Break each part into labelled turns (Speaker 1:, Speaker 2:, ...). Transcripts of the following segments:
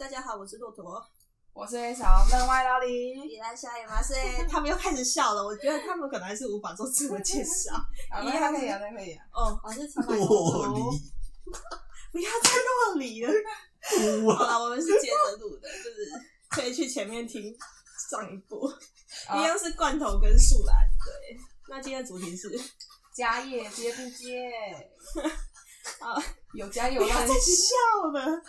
Speaker 1: 大家好，我是骆驼。
Speaker 2: 我是 A 嫂，门外老李。
Speaker 1: 伊兰夏也马是，他们又开始笑了。我觉得他们可能还是无法做自我介 绍。
Speaker 2: 好，那可以啊，那可以啊。
Speaker 1: 哦，我是长
Speaker 3: 洛
Speaker 1: 白公主。
Speaker 3: 梨
Speaker 1: 不要再落离 了。
Speaker 3: 哭啊！
Speaker 1: 好了，我们是接着录的，就是可以去前面听上一部，
Speaker 2: 好
Speaker 1: 一样是罐头跟树懒。对，那今天的主题是
Speaker 2: 家业接不接？
Speaker 1: 啊，
Speaker 2: 有家有
Speaker 1: 不要
Speaker 2: 难
Speaker 1: 再。笑 了。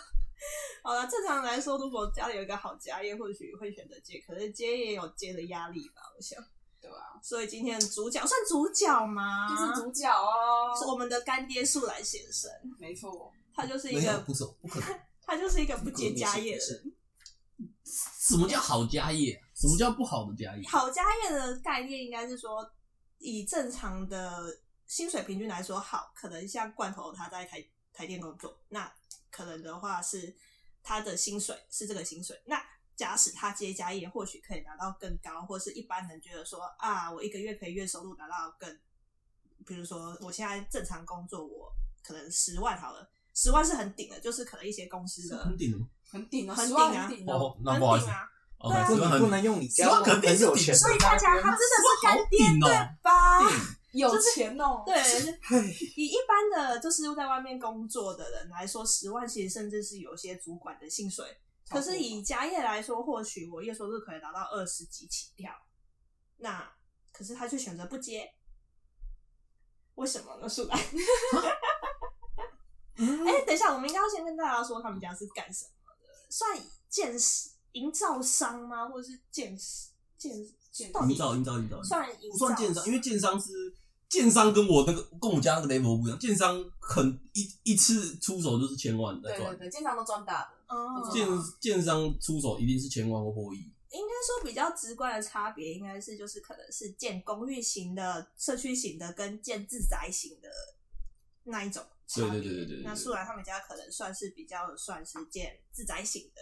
Speaker 1: 好了，正常来说，如果家里有一个好家业，或许会选择接，可是接也有接的压力吧，我想。
Speaker 2: 对啊，
Speaker 1: 所以今天的主角算主角吗？
Speaker 2: 就是主角哦。
Speaker 1: 是我们的干爹树懒先生，
Speaker 2: 没错，
Speaker 1: 他就是一
Speaker 3: 没有，
Speaker 1: 个
Speaker 3: 不是，不可能。
Speaker 1: 他就是一个不接家业的人。
Speaker 3: 什么叫好家业？啊什么叫不好的家业？
Speaker 1: 好家业的概念应该是说，以正常的薪水平均来说，好，可能像罐头他在台台电工作，那可能的话是他的薪水是这个薪水，那。假使他接家业，或许可以拿到更高，或是一般人觉得说啊，我一个月可以月收入达到更，比如说我现在正常工作，我可能十万好了，十万是很顶的，就是可能一些公司的
Speaker 3: 很顶的吗
Speaker 2: 很顶哦，
Speaker 1: 很
Speaker 2: 十
Speaker 1: 顶啊
Speaker 2: 万很顶哦。
Speaker 3: 哦，那不好意思
Speaker 1: 很顶，啊，
Speaker 3: 哦，
Speaker 1: 对啊
Speaker 3: 十万
Speaker 4: 不
Speaker 3: 很
Speaker 4: 不能用你家
Speaker 3: 十万肯定
Speaker 4: 很
Speaker 3: 是
Speaker 4: 有
Speaker 3: 顶
Speaker 4: 钱，
Speaker 3: 的
Speaker 1: 所以大家他真的是干爹
Speaker 3: 顶
Speaker 1: 对
Speaker 3: 哦，
Speaker 1: 吧？
Speaker 2: 有钱哦。
Speaker 1: 对，以一般的就是在外面工作的人来说，十万其实甚至是有些主管的薪水。
Speaker 2: 超
Speaker 1: 可
Speaker 2: 过
Speaker 1: 是以家业来说，或许我月收入可以达到二十几起跳，那可是他却选择不接，为什么呢？树兰，哎、等一下，我们应该要先跟大家说他们家是干什么的，算建设营造商吗？或者是建设建
Speaker 2: 建
Speaker 1: 到
Speaker 3: 营
Speaker 1: 底
Speaker 3: 造营造营造，
Speaker 1: 算营
Speaker 3: 不算建商？因
Speaker 1: 为
Speaker 3: 为建商是建商跟我那个跟我家那个 level 不一样，建商很一一次出手就是千万在
Speaker 2: 对对
Speaker 3: 赚，
Speaker 2: 对，经常都赚大的。
Speaker 1: 哦
Speaker 3: 建建商出手一定是千万或破亿，
Speaker 1: 应该说比较直观的差别，应该是就是可能是建公寓型的、社区型的跟建自宅型的那一种差别。
Speaker 3: 对对对对对对
Speaker 1: 那素然他们家可能算是比较算是建自宅型的，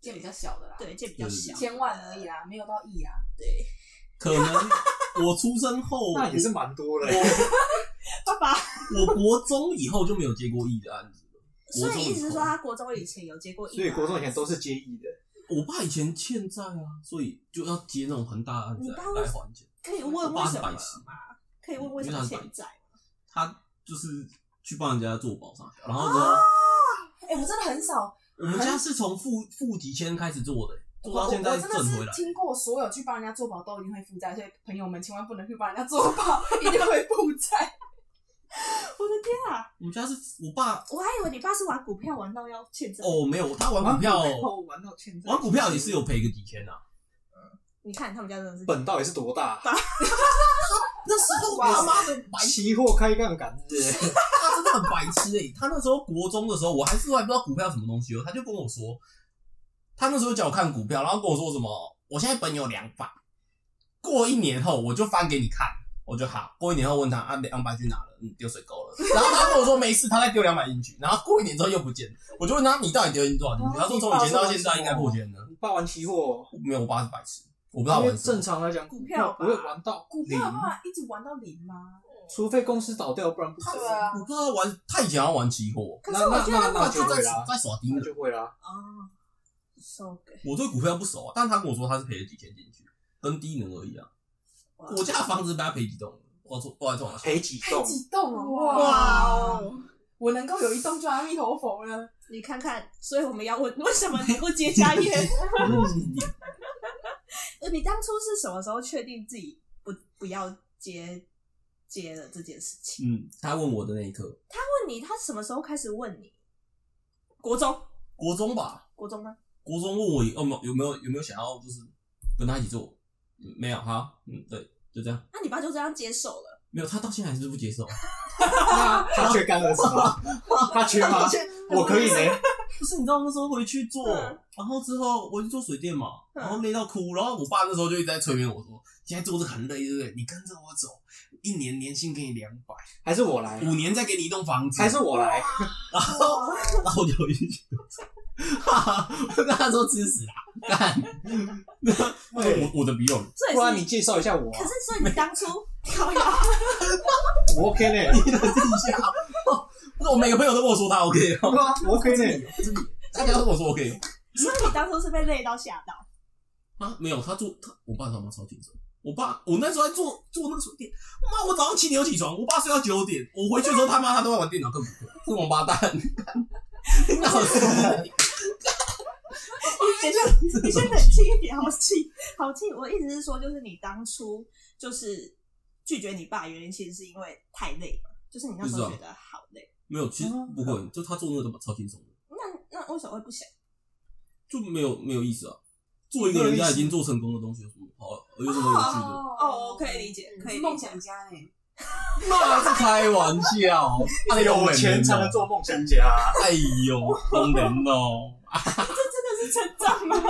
Speaker 2: 建比较小的啦，，
Speaker 1: 对，建比较小，
Speaker 2: 千万而已。啦，没有到亿啊。
Speaker 1: 对，
Speaker 3: 可能我出生后
Speaker 4: 那也是蛮多的。
Speaker 1: 爸爸。
Speaker 3: 我国中以后就没有接过亿的案子了。
Speaker 1: 所
Speaker 3: 国中
Speaker 1: 以意思是说，
Speaker 3: 后
Speaker 1: 他国中以前有接过一，
Speaker 4: 所以国中以前都是接艺的，
Speaker 3: 我爸以前欠债啊，所以就要接那种很大的案子
Speaker 1: 你
Speaker 3: 来
Speaker 1: 爸为
Speaker 3: 来还钱。
Speaker 1: 可以问为什么啊
Speaker 3: 我爸是白痴
Speaker 1: 吗？可以问为什么欠债？
Speaker 3: 他就是去帮人家做保上下，然后呢，
Speaker 2: 哎，我真的很少，
Speaker 3: 我们家是从负负几千开始做的、
Speaker 2: 我
Speaker 3: 做
Speaker 2: 哦我
Speaker 3: 到现
Speaker 2: 真
Speaker 3: 在
Speaker 2: 的
Speaker 3: 挣回
Speaker 2: 是
Speaker 3: 来。
Speaker 2: 听过所有去帮人家做保都一定会负债，所以朋友们千万不能去帮人家做保，一定会负债。
Speaker 1: 我的天啊！
Speaker 3: 我们家是我爸
Speaker 1: 我还以为你爸是玩股票玩到要欠债。
Speaker 3: 哦，没有他玩股票、哦，
Speaker 2: 玩到欠债，
Speaker 3: 玩股票也是有赔个几千啊。
Speaker 1: 你看他们家真的是
Speaker 4: 本到底是多大？
Speaker 3: 那时候
Speaker 2: 哇
Speaker 3: 他妈的白痴，
Speaker 4: 期货开杠杆是不是？
Speaker 3: 他真的很白痴哎、他那时候国中的时候，我还是还不知道股票什么东西哦，他就跟我说，他那时候叫我看股票，然后跟我说什么，我现在本有两百，过一年后我就翻给你看，我就好。过一年后问他啊，两百去哪了？嗯，丢水沟了。然后他跟我说没事，他再丢两百进去，然后过一年之后又不见了，我就问他你到底丢进多少进
Speaker 1: 哦
Speaker 3: 去？他说从以前到现在应该破千了。
Speaker 4: 你爸玩期 货，
Speaker 3: 没有，我爸是白痴，我不知道
Speaker 4: 因
Speaker 3: 我
Speaker 4: 为正常来讲
Speaker 1: 股票吧
Speaker 4: 不会玩到
Speaker 2: 股
Speaker 4: 零
Speaker 2: 票，的话一直玩到零吗？
Speaker 4: 除非公司倒掉，不然不可能
Speaker 2: 对啊
Speaker 3: 我不知道他玩，他以前要玩期货，
Speaker 1: 可
Speaker 4: 那
Speaker 1: 是我
Speaker 4: 那
Speaker 1: 觉
Speaker 4: 那
Speaker 1: 得
Speaker 4: 那
Speaker 3: 他
Speaker 4: 就
Speaker 3: 在
Speaker 4: 会啦，
Speaker 3: 在耍钉
Speaker 4: 那
Speaker 3: 子。
Speaker 4: 就会啦。
Speaker 1: 哦，收给
Speaker 3: 我对股票不熟啊，但他跟我说他是赔了几千进去，跟低能而已啊。我家的房子被他赔几栋了，我错，我还错了。
Speaker 4: 赔几
Speaker 2: 太
Speaker 4: 栋？
Speaker 2: 激动了
Speaker 1: 哇哦！
Speaker 2: 我能够有一栋就阿弥陀佛了，
Speaker 1: 你看看，所以我们要问，为什么你不接家 业？ 呃你当初是什么时候确定自己不不要接接了这件事情？
Speaker 3: 嗯，他问我的那一刻，
Speaker 1: 问你，他什么时候开始问你？国中，
Speaker 3: 国中吧，
Speaker 1: 国中吗？
Speaker 3: 国中问我有哦没有有没有有没有想要就是跟他一起做，嗯没有哈，嗯对，就这样，
Speaker 1: 那、你爸就这样接受了。
Speaker 3: 没有，他到现在还是不接受。啊
Speaker 1: 啊
Speaker 4: 那他缺干儿子吗？他缺吗？我可以呢。
Speaker 3: 不是，你知道那时候回去做，
Speaker 1: 嗯
Speaker 3: 然后之后我去做水电嘛，
Speaker 1: 嗯
Speaker 3: 然后累到哭，然后我爸那时候就一直在催眠我说，现在做这个很累，对不对？你跟着我走，一年年薪给你两百，
Speaker 4: 还是我来？
Speaker 3: 五年再给你一栋房子，
Speaker 4: 还是我来？
Speaker 3: 然后我就一起，哈哈，我跟他说吃屎啦，干，
Speaker 4: 对
Speaker 3: 我我的笔友，
Speaker 1: 这
Speaker 4: 不然
Speaker 1: 也
Speaker 4: 你
Speaker 1: 是，
Speaker 4: 介绍一下我啊
Speaker 1: 可，是所以你当初高压，
Speaker 4: 我 OK 呢。
Speaker 3: 你的地下，我每个朋友都跟我说他 OK 哦，
Speaker 4: 我 OK 呢。
Speaker 3: 这里大家都跟我说我可以
Speaker 1: 所以你当初是被累到吓到，
Speaker 3: 啊，没有，他做他我爸他妈超精神。我爸，我那时候还做做那个水电，妈，我早上七点就起床，我爸睡到九点，我回去的时候他妈他都在玩电脑，更不课，是王八蛋，闹死你！
Speaker 1: 你先你先冷静一点，好气好气。我意思是说，就是你当初就是拒绝你爸的原因，其实是因为太累了，就是你那时候觉得好累。
Speaker 3: 没有，其实
Speaker 2: 嗯
Speaker 3: 不会，就他做那个都超轻松的，
Speaker 1: 那那为什么会不想？
Speaker 3: 就没有没有意思啊。做一个人家已经做成功的东西，有什么好，有什么有趣 的？
Speaker 1: 哦，我可以理解，可以
Speaker 2: 嗯是
Speaker 1: 理
Speaker 2: 梦
Speaker 1: 解。
Speaker 2: 想家哎，
Speaker 3: 那是开玩笑，哎呦，
Speaker 4: 啊有钱才能，做梦想家、啊。
Speaker 3: 哎呦，疯人哦，
Speaker 1: 这是成长吗？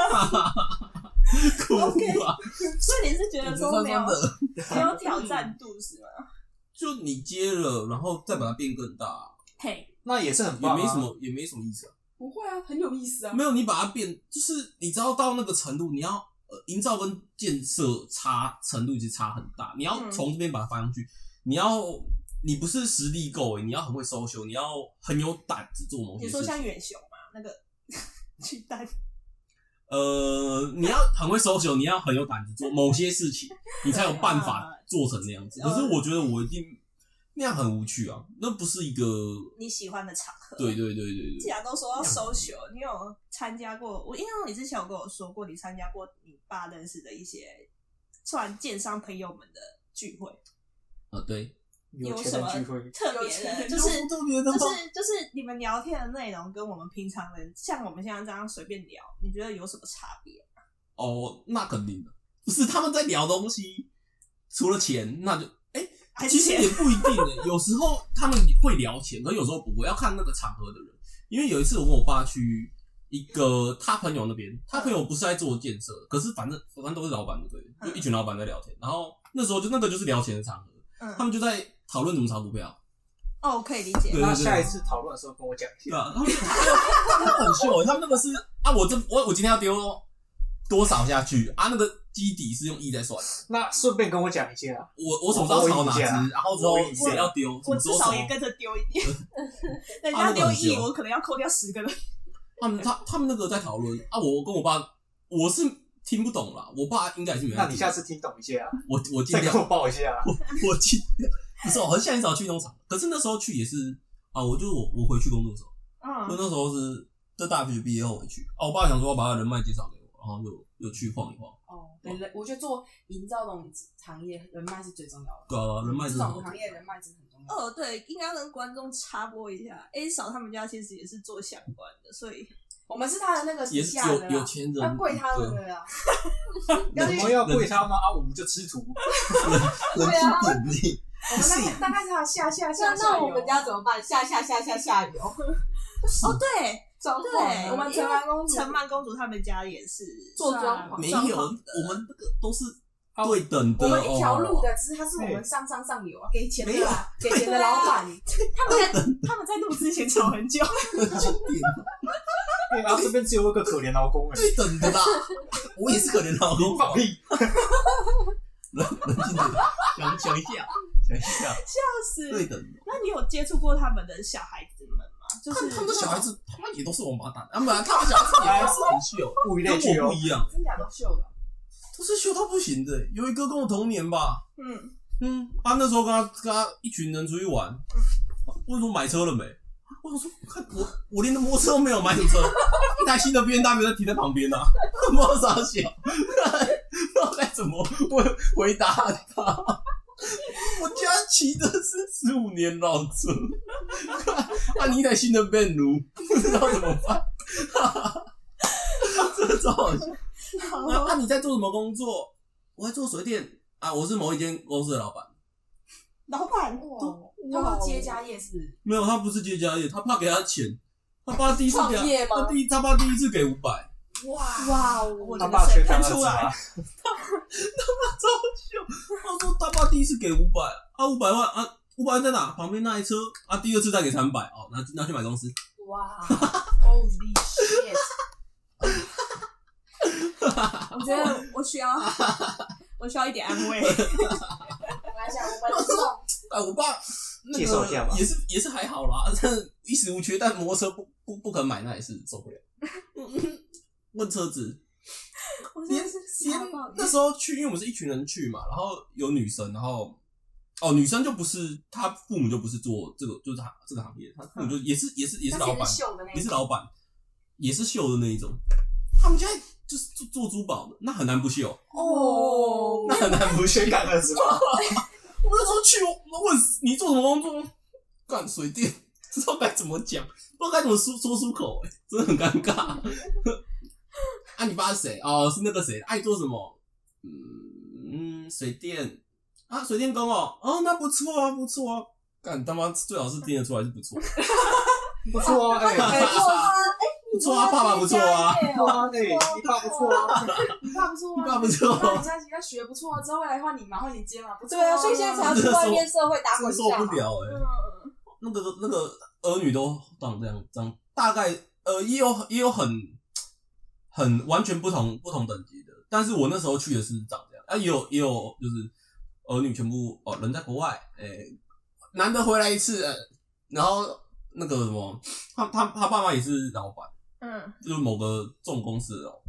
Speaker 3: 哭啊！
Speaker 1: 所以你是觉得
Speaker 3: 酸
Speaker 1: 说
Speaker 3: 酸
Speaker 1: 没有
Speaker 3: 的。
Speaker 1: 没有挑战度是吗？
Speaker 3: 就你接了，然后再把它变更大，
Speaker 1: 嘿，
Speaker 4: 那也是很
Speaker 3: 也
Speaker 4: 棒、啊，
Speaker 3: 没什。么，也没什么意思啊。
Speaker 2: 不会啊，很有意思啊。
Speaker 3: 没有，你把它变，就是你知道到那个程度，你要呃营造跟建设差程度其实差很大。你要
Speaker 1: 嗯
Speaker 3: 从这边把它翻上去，你要你不是实力够、欸，你要很会收修，你要很有胆子做某
Speaker 1: 你
Speaker 3: 些
Speaker 1: 说
Speaker 3: 事
Speaker 1: 像
Speaker 3: 情。
Speaker 1: 远雄嘛，那个巨蛋，
Speaker 3: 呃，你要很会收修，你要很有胆子做某些事情，你才有办法做成那样 子。可是我觉得我一定那样很无趣啊，那不是一个
Speaker 1: 你喜欢的场合。
Speaker 3: 对对对对
Speaker 1: 既
Speaker 3: 对，
Speaker 1: 然都说要 social，你有参加过？我印象中你之前有跟我说过，你参加过你爸认识的一些算建商朋友们的聚会，
Speaker 3: 啊对。
Speaker 1: 有
Speaker 4: 有
Speaker 1: 什
Speaker 4: 钱
Speaker 1: 么
Speaker 4: 的聚会，
Speaker 1: 特
Speaker 2: 有
Speaker 1: 别
Speaker 2: 钱
Speaker 1: 的，
Speaker 2: 人
Speaker 1: 就
Speaker 2: 有
Speaker 1: 是
Speaker 3: 特别的
Speaker 1: 就
Speaker 3: 吗？
Speaker 1: 是就是你们聊天的内容跟我们平常人像我们现在这样随便聊，你觉得有什么差别？
Speaker 3: 哦，那肯定的，不是他们在聊东西，除了钱，那就哎、
Speaker 1: 还是
Speaker 3: 其实
Speaker 1: 钱
Speaker 3: 也不一定诶、有时候他们会聊钱，可有时候不会，要看那个场合的人。因为有一次我跟我爸去一个他朋友那边，他朋友不是在做建设，可是反正反正都是老板的对了，
Speaker 1: 嗯
Speaker 3: 就一群老板在聊天。然后那时候就那个就是聊钱的场合，他
Speaker 1: 嗯，
Speaker 3: 们就在讨论怎么炒股票。
Speaker 1: 哦，可以理解
Speaker 3: 对。
Speaker 4: 那下一次讨论的时候跟我讲一
Speaker 3: 对
Speaker 4: 下。
Speaker 3: 啊，他们他们很秀，他们那个是啊，我这我我今天要丢多少下去啊？那个基底是用一 E 在算的。
Speaker 4: 那顺便跟我讲一下，
Speaker 3: 我我什么时候炒哪只，然后之后谁要丢，什
Speaker 1: 哦我
Speaker 3: 么时
Speaker 1: 至
Speaker 3: 候
Speaker 1: 少
Speaker 3: 什
Speaker 1: 也
Speaker 3: 么
Speaker 1: 跟着丢一点， 人家
Speaker 3: 啊那个
Speaker 1: 丢
Speaker 3: 很
Speaker 1: 一，
Speaker 3: 久
Speaker 1: 我可能要扣掉十个 人。
Speaker 3: 他 们他他们那个在讨论啊，我跟我爸我是听不懂啦，我爸应该是没有在
Speaker 4: 那
Speaker 3: 听。
Speaker 4: 你下次听懂一下，
Speaker 3: 我我尽
Speaker 4: 再
Speaker 3: 量
Speaker 4: 跟我报一下。
Speaker 3: 我我尽量不是，我很现在很少去农场，可是那时候去也是啊，我就我我回去工作的时候，
Speaker 1: 嗯
Speaker 3: 就，那时候是在大学毕业后回去，哦、我爸想说要把他人脉介绍给我，然后就又去晃一晃，
Speaker 2: 哦，对，人我觉得做营造这种行业人脉是最重要的。
Speaker 3: 对啊，人脉
Speaker 2: 这
Speaker 3: 是很
Speaker 2: 种
Speaker 3: 好的
Speaker 2: 行业人脉真的很重要。
Speaker 1: 哦，对，应该跟观众插播一下，A 嫂他们家其实也是做相关的，所以
Speaker 2: 我们是他的那个
Speaker 3: 也
Speaker 2: 底
Speaker 3: 是
Speaker 2: 下的啦
Speaker 3: 有有钱人，
Speaker 2: 要跪他
Speaker 3: 对
Speaker 2: 们的啊啦。
Speaker 4: 我们要跪他吗？啊，我们就吃 土。
Speaker 3: 人
Speaker 2: 对啊
Speaker 3: 是本力，
Speaker 2: 我们大概大 概是他下下下下游
Speaker 5: 怎么办？下下下下下游，
Speaker 1: 哦，对，
Speaker 5: 装
Speaker 1: 对，
Speaker 2: 我们陈曼公主
Speaker 1: 陈曼公主他们家也是啊
Speaker 5: 做
Speaker 1: 算
Speaker 5: 装潢
Speaker 3: 没有，我们那个都是对等的，
Speaker 2: 我们一条路
Speaker 3: 哦
Speaker 2: 的，只是他是我们上上上游啊，给钱
Speaker 3: 没
Speaker 2: 的
Speaker 3: 有
Speaker 2: 啦，给钱的老
Speaker 1: 啊
Speaker 2: 板，
Speaker 1: 他们在他们在录之前吵很久，
Speaker 4: 然后这边只有一个可怜劳工哎，
Speaker 3: 对等的啦。 我也是可怜老公，
Speaker 4: 放屁！
Speaker 3: 冷冷静点， 想想一下，想一下，
Speaker 1: 是
Speaker 3: 对等的。
Speaker 1: 那你有接触过他们的小孩子们吗？就
Speaker 3: 他
Speaker 1: 是
Speaker 3: 们他们的小孩子，他们也都是王八蛋，他们他们小孩子也都是 很秀，
Speaker 4: 物以类聚
Speaker 3: 跟我不。
Speaker 4: 哎哦
Speaker 3: 一样，
Speaker 2: 真假都秀的。
Speaker 3: 都是秀到不行的。有一个跟我同年吧，
Speaker 1: 嗯，
Speaker 3: 嗯，他那时候跟他跟他一群人出去玩，问说买车了没？我想说，看我我连摩托车都没有买什么车， 一台新的 B N W 停在旁边呢、啊， 莫傻笑， 不知道该怎么问回答他。 我家骑的是十五年老车， 啊，你一台新的 b e n 不知道怎么办， 真的超好笑。
Speaker 1: 好
Speaker 3: 那啊，你在做什么工作？我在做水电啊，我是某一间公司的老板。
Speaker 1: 老板
Speaker 2: 哇，他们接家业是
Speaker 3: 没有，他不是接家业，他怕给他钱。他爸第一次给
Speaker 5: 创业
Speaker 3: 他，
Speaker 5: 吗
Speaker 3: 他第一他爸第一次给五百，
Speaker 2: 哇，
Speaker 1: 哇，我
Speaker 4: 他
Speaker 1: 的
Speaker 4: 爸
Speaker 1: 水
Speaker 4: 缺干
Speaker 1: 喷
Speaker 4: 儿
Speaker 1: 出
Speaker 4: 子
Speaker 1: 来
Speaker 4: 啊，，
Speaker 3: 他说他爸第一次给五百，啊五百万啊五百万在哪？旁边那台车啊，第二次再给三百，哦，拿拿去买公司。
Speaker 2: 哇，Holy shit！
Speaker 1: 我觉得我需要 我需要一点安慰。
Speaker 4: 啊
Speaker 2: 来讲我们这种
Speaker 3: 啊，我爸那
Speaker 4: 介绍一下吧
Speaker 3: 个也是也是还好啦，但是衣食无缺，但摩托车不不不肯买，那也是受不了。问车子，
Speaker 1: 我真
Speaker 3: 连
Speaker 1: 的是
Speaker 3: 连
Speaker 1: 傻爆
Speaker 3: 那时候去，因为我们是一群人去嘛，然后有女生，然后哦，女生就不是她父母就不是做这个，就是她这个行业，她父母就也是也是也是
Speaker 2: 但是
Speaker 3: 老
Speaker 2: 也
Speaker 3: 板
Speaker 2: 是，秀的嗯那一
Speaker 3: 也是
Speaker 2: 种，
Speaker 3: 老板，也是秀的那一种。他们家就是做做珠宝的，那很难不秀，
Speaker 2: 哦
Speaker 3: 那很难不秀。
Speaker 4: 全感二十八，
Speaker 3: 我那时候去，我问你做什么工作？干水电，不知道该怎么讲，不知道该怎么说说出口、欸，真的很尴尬。 啊，你爸是谁？哦，是那个谁？爱、你做什么？嗯嗯，水电啊，水电工哦，哦，那不错啊，不错啊。干他妈最好是听得出来是不错，
Speaker 4: 不错啊，哎，
Speaker 2: 哎不错啊，
Speaker 3: 不错啊，爸爸不错啊，
Speaker 4: 错啊，哎，你爸不错啊，
Speaker 2: 你爸不错啊，
Speaker 3: 你爸不错啊
Speaker 2: 你家要学不错啊，之后未来换你嘛，换你接嘛，不错、
Speaker 5: 对啊，所以现在才要去外面社会打
Speaker 3: 真
Speaker 5: 滚
Speaker 3: 的
Speaker 5: 一
Speaker 3: 受
Speaker 5: 下嘛
Speaker 3: 不。了哎、那个那个儿女都长这样，长大概呃也有也有很很完全不同不同等级的，但是我那时候去的是长这样，啊也有也有就是儿女全部哦人在国外，哎、难得回来一次，呃然后那个什么，他他他爸妈也是老板，
Speaker 1: 嗯，
Speaker 3: 就是某个重公司的老板，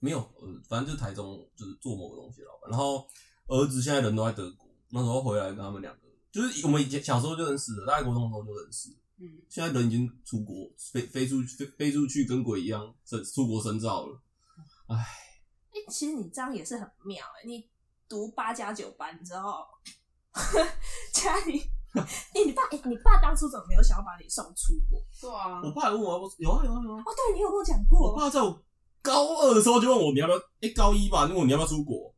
Speaker 3: 没有呃反正就是台中就是做某个东西的老板，然后儿子现在人都在德国，那时候回来跟他们两个。就是我们以前小时候就认识了，大概国中的时候就认识，
Speaker 2: 嗯，
Speaker 3: 现在人已经出国，飞飞出飞飞出去跟鬼一样，出出国深造了。
Speaker 1: 哎、其实你这样也是很妙哎、你读八加九班之后， 家 里，哎、你爸，哎、你爸当初怎么没有想要把你送出国？
Speaker 2: 对啊
Speaker 3: 我，爸还问我要不有啊有啊有啊，
Speaker 1: 哦，对你有跟我讲
Speaker 3: 我
Speaker 1: 过，
Speaker 3: 爸在我高二的时候就问我你要不要，哎、高一吧，就问我你要不要出国。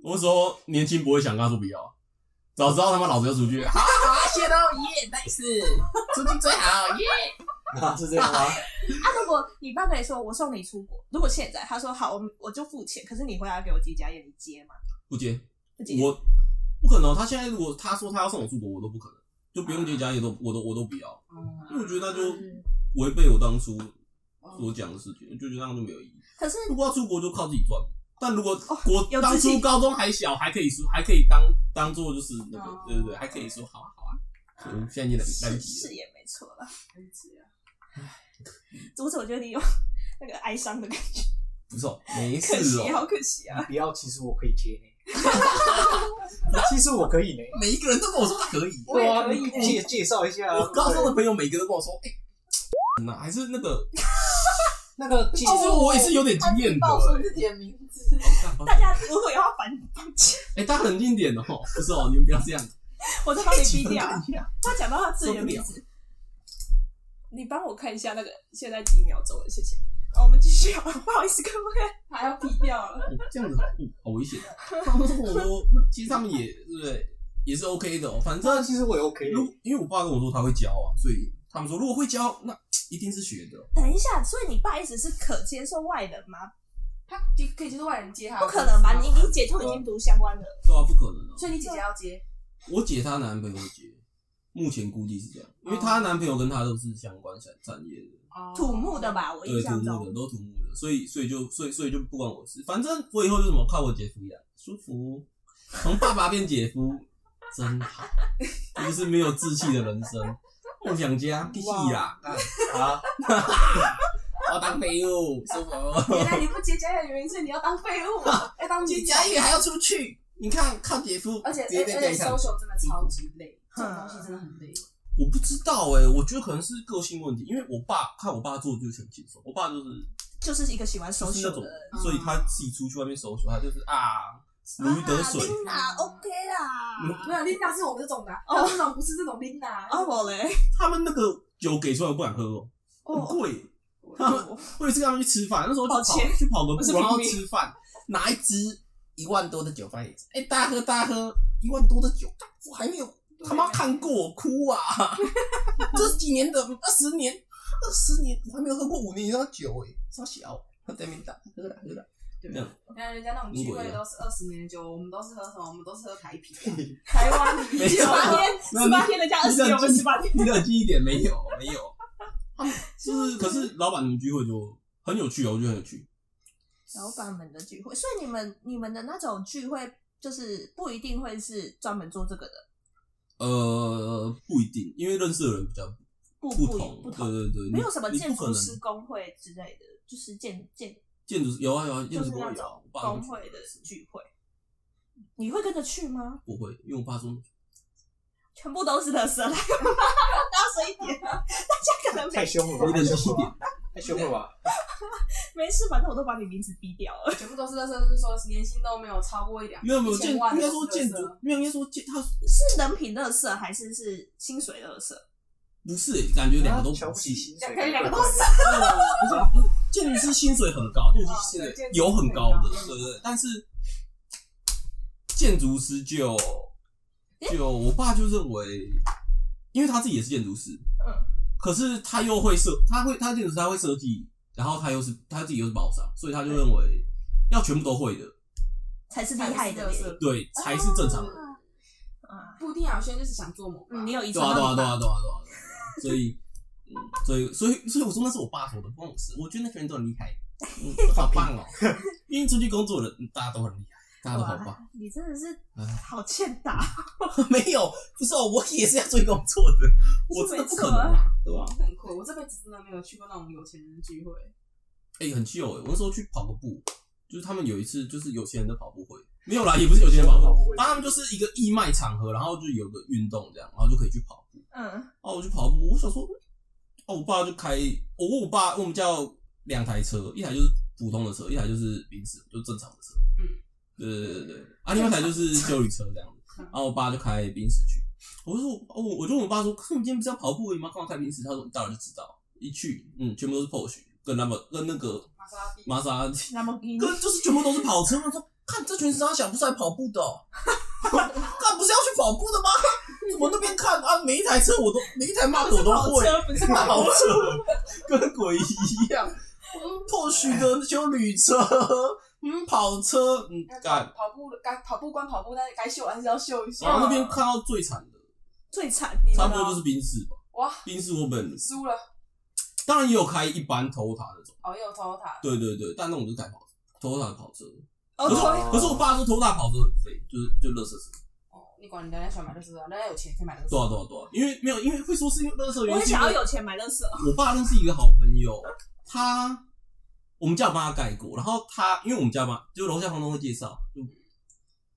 Speaker 3: 我那时候年轻不会想，跟他说不要，早知道他妈老子要出去，好好啊，谢喽耶，nice，出去最好耶。
Speaker 4: 啊 是这样吗？
Speaker 1: 啊，如果你爸跟你说我送你出国，如果现在他说好，我我就付钱，可是你回来给我接家宴，你接吗？
Speaker 3: 不接，
Speaker 1: 不接。
Speaker 3: 我不可能。哦他现在如果他说他要送我出国，我都不可能，就不用接家也都我都我都不要。因为我觉得那就违背我当初所讲的事情，就觉得那样就没有意义。
Speaker 1: 可是
Speaker 3: 如果要出国就靠自己赚，但如果国、
Speaker 1: 有
Speaker 3: 当
Speaker 1: 自信
Speaker 3: 初高中还小，还可以说还可以当当做就是那个、
Speaker 2: 哦
Speaker 3: 对对对，还可以说好啊好啊。嗯，现在已经来来
Speaker 1: 是
Speaker 3: 不及
Speaker 1: 是
Speaker 3: 了。
Speaker 1: 也没错啦。
Speaker 2: 理解啊
Speaker 1: 竹子，我觉得你有那个哀伤的感觉，
Speaker 3: 不是哦，没
Speaker 1: 可
Speaker 3: 事
Speaker 1: 惜，
Speaker 3: 哦。
Speaker 1: 好可惜啊。
Speaker 4: 不要，其实我可以接呢，其实我可以呢，
Speaker 3: 每一个人都跟我说他 可以，
Speaker 2: 我也可以
Speaker 4: 对啊
Speaker 2: 呢
Speaker 4: 你介介绍一下啊，
Speaker 3: 我高中的朋友每个都跟我说，哎、那、还是那个，
Speaker 4: 那个
Speaker 3: 其
Speaker 4: 其
Speaker 3: 实我也是有点经验的、
Speaker 5: 报出自己的名字，
Speaker 1: 大家如果要反反击，
Speaker 3: 哎、大家冷静点哦，不是哦，你们不要这样，哦
Speaker 1: 我再帮你逼
Speaker 3: 气氛
Speaker 1: 掉。
Speaker 3: 干一下
Speaker 1: 他讲到他自己的名字，你帮我看一下那个现在几秒钟了，谢谢。好，我们继续好了，不好意思，各位，
Speaker 2: 还要低掉了，
Speaker 3: 哦这样子好哦好危险。他们说我说，那其实他们也对不对，也是 OK 的、哦。反
Speaker 4: 那
Speaker 3: 正
Speaker 4: 其实我也 OK，
Speaker 3: 如因为我爸跟我说他会教啊，所以他们说如果会教，那一定是学的。哦
Speaker 1: 等一下，所以你爸一直是可接受外人吗？
Speaker 2: 他可以接受外人接他，
Speaker 1: 不可能
Speaker 3: 啊
Speaker 1: 吧？你你姐就已经读相关的了，
Speaker 3: 对啊，不可能啊！
Speaker 2: 所以你姐姐要接，
Speaker 3: 我姐她男朋友会接，目前估计是这样，因为她男朋友跟她都是相关产产业的。
Speaker 1: 土木的？吧？我
Speaker 3: 对，
Speaker 1: 印
Speaker 3: 土
Speaker 1: 象中，
Speaker 3: 木的都土木的，所以所以就所以所以就不关我事，反正我以后就什么靠我姐夫养，舒服，从爸爸变姐夫，真好，这就是没有志气的人生，梦想家，屁呀，干
Speaker 4: 啊，
Speaker 3: 我要当废物，舒服，
Speaker 2: 原来你不接家宴的原因是你要当废物，要当女
Speaker 3: 接
Speaker 2: 角
Speaker 3: 家业还要出去，你看靠姐夫，
Speaker 2: 嗯而且而
Speaker 3: 直接
Speaker 2: 且
Speaker 3: 变
Speaker 2: 而
Speaker 3: 健
Speaker 2: 且
Speaker 3: 康。
Speaker 2: social 真的超级累，
Speaker 1: 嗯
Speaker 2: 这种东西真的很累。
Speaker 3: 我不知道哎、我觉得可能是个性问题，因为我爸看我爸做就是很轻松，我爸就是
Speaker 1: 就是一个喜欢
Speaker 3: 就
Speaker 1: 手
Speaker 3: 是
Speaker 1: 写
Speaker 3: 那种
Speaker 1: 的人。，
Speaker 2: 嗯
Speaker 3: 所以他自己出去外面搜索，他就是啊，如鱼得水。
Speaker 1: 啊，OK 啦。
Speaker 2: 没有 Linda 是我们这种的啊，但这种不是这种 Linda。啊
Speaker 1: 哦，我嘞，
Speaker 3: 他们那个酒给出来我不敢喝哦，很
Speaker 1: 哦，
Speaker 3: 贵。他们 我有一次跟他们去吃饭，那时候去
Speaker 1: 抱歉
Speaker 3: 跑去跑个
Speaker 1: 我是
Speaker 3: 步，然后
Speaker 1: 平民
Speaker 3: 吃饭，拿一支一万多的酒放在椅子，哎、大家喝大家喝，一万多的酒，干我还没有他妈看过我哭啊！ 这几年的二十年，二十年我还没有喝过五年以上的酒哎、超小，在那边打喝啦喝啦，
Speaker 2: 对
Speaker 3: 这样
Speaker 2: 你看人家那种聚会都是二十年的酒，我们都是喝什么？我们都是喝台啤，啊台湾啤
Speaker 3: 没
Speaker 1: 十
Speaker 2: 酒
Speaker 3: 有。
Speaker 1: 八天，
Speaker 3: 没有
Speaker 1: 十八天人家二十六，我们十八天。
Speaker 3: 你冷静一点，没有没有， 就是可是老板们聚会就很有趣哦，我觉得很有趣。
Speaker 1: 老板们的聚会，所以你们你们的那种聚会，就是不一定会是专门做这个的。
Speaker 3: 呃，不一定，因为认识的人比较
Speaker 1: 不
Speaker 3: 不
Speaker 1: 不
Speaker 3: 同，
Speaker 1: 不
Speaker 3: 对
Speaker 1: 同，
Speaker 3: 对对，
Speaker 1: 没有
Speaker 3: 你
Speaker 1: 什么
Speaker 3: 你
Speaker 1: 建
Speaker 3: 不可
Speaker 1: 筑
Speaker 3: 能
Speaker 1: 师工会之类的，就是建建
Speaker 3: 建筑师有啊有啊，建
Speaker 1: 就
Speaker 3: 筑
Speaker 1: 是
Speaker 3: 工
Speaker 1: 那
Speaker 3: 会有啊
Speaker 1: 种，
Speaker 3: 我爸
Speaker 1: 工会的聚会，你会跟着去吗？
Speaker 3: 不会，因为我爸说
Speaker 1: 全部都是垃圾，来，大声一点，大家可能
Speaker 4: 太
Speaker 1: 没
Speaker 4: 凶了吧，
Speaker 3: 有
Speaker 4: 太
Speaker 3: 点
Speaker 4: 凶
Speaker 3: 低
Speaker 4: 了
Speaker 3: 点
Speaker 4: 吧，，太凶了吧？
Speaker 1: 没事，反正我都把你名字逼掉了。
Speaker 2: 全部都是那时候就是说年薪都没有超过一两，
Speaker 3: 没有没有
Speaker 2: 一
Speaker 3: 建，
Speaker 2: 千万
Speaker 3: 应
Speaker 2: 的
Speaker 3: 该说建筑
Speaker 2: 垃圾，
Speaker 3: 没有应该说建，他
Speaker 1: 是人品垃圾还是是薪水垃圾？
Speaker 3: 不是欸感觉两个都
Speaker 4: 啊瞧
Speaker 3: 不
Speaker 4: 不
Speaker 3: 是
Speaker 4: 起，薪水，
Speaker 2: 可以两个都
Speaker 4: 是。
Speaker 3: 不是建筑师薪水很高，建筑师薪
Speaker 2: 哦对建
Speaker 3: 水
Speaker 2: 筑师
Speaker 3: 有很高的，
Speaker 2: 很高
Speaker 3: 对不对？但是建筑师就就我爸就认为，因为他自己也是建筑师，
Speaker 1: 嗯，
Speaker 3: 可是他又会设，他会他建筑师他会设计，然后他又是他自己又是包商，所以他就认为要全部都会的，
Speaker 1: 才是厉害的
Speaker 2: 才是垃
Speaker 1: 耶
Speaker 2: 圾
Speaker 3: 对，才是正常人。
Speaker 1: 啊！
Speaker 2: 不一定啊，有些人就是想做某个
Speaker 1: 嗯，你有遗
Speaker 3: 对
Speaker 1: 传
Speaker 3: 啊，对
Speaker 1: 到
Speaker 3: 啊，
Speaker 1: 你
Speaker 3: 对
Speaker 1: 爸
Speaker 3: 啊，对啊，对啊，对啊，所以，嗯，所以，所以，所以我说那是我爸说的，不关我事。我觉得那些人都很厉害，嗯，好棒哦！ 愿意出去工作的，嗯大家都很厉害，大家都好棒。
Speaker 1: 哇哎你真的是
Speaker 3: 嗯
Speaker 1: 好欠打，
Speaker 3: 没有，不是哦，我也是要出去工作的，我真的不可能啊，对吧？
Speaker 2: 很酷。我这辈子真的没有去过那种有钱人聚会，
Speaker 3: 哎，很气哦！我那时候去跑个步，就是他们有一次就是有钱人的跑步会，没有啦，也不是有钱人跑步会，反正他们就是一个义卖场合，然后就有个运动这样，然后就可以去跑步。
Speaker 1: 嗯，
Speaker 3: 哦，我去跑步，我想说，哦，我爸就开，我问我爸，我们家有两台车，一台就是普通的车，一台就是临时就正常的车，
Speaker 2: 嗯，
Speaker 3: 对对对对对，啊，另外一台就是修理车这样子，
Speaker 2: 嗯
Speaker 3: 然后我爸就开临时去，我就说，哦，我就问我爸说，可是你今天不是要跑步而已吗？干嘛开临时？他说，你到了就知道，一去，嗯，全部都是 Porsche 跟那么跟那个
Speaker 2: 玛莎拉蒂，
Speaker 3: 玛莎拉蒂，
Speaker 1: 那么给你
Speaker 3: 跟就是全部都是跑车，我说，看这群傻小不是来跑步的、哦。 看，不是要去跑步的吗？怎么那边看啊？每一台车我都，每一台 m o 我都
Speaker 1: 跑
Speaker 3: 会，
Speaker 1: 车不是
Speaker 3: 那
Speaker 1: 跑
Speaker 3: 好扯，跟鬼一样。破许的修旅车，嗯，跑车，嗯，干。
Speaker 2: 跑步该跑步关跑步，但是该秀还是要秀一
Speaker 3: 然后那
Speaker 2: 下。
Speaker 3: 边看到最惨
Speaker 1: 嗯
Speaker 3: 的，
Speaker 1: 最惨，
Speaker 3: 差不多就是宾士吧。
Speaker 2: 哇，
Speaker 3: 宾士我本
Speaker 2: 输了，
Speaker 3: 当然也有开一般 Toyota 那种，
Speaker 2: 哦，又偷塔，
Speaker 3: 对对对，但那种就是改跑 Toyota 的跑车。
Speaker 1: 哦
Speaker 3: 可是
Speaker 1: 对
Speaker 3: 我可是我爸说 Toyota 跑车很废，就是就乐色车。
Speaker 2: 哦，你管人家喜欢买就是啊，人家有钱可以买就是。
Speaker 3: 多少多少多少，啊因为没有因为会说是因为乐色原
Speaker 1: 我
Speaker 3: 因
Speaker 1: 很
Speaker 3: 是因
Speaker 1: 想
Speaker 3: 为。
Speaker 1: 要有钱买乐色，
Speaker 3: 我爸认识一个好朋友，他我们家有帮他盖过，然后他因为我们家嘛，就楼下房东会介绍，就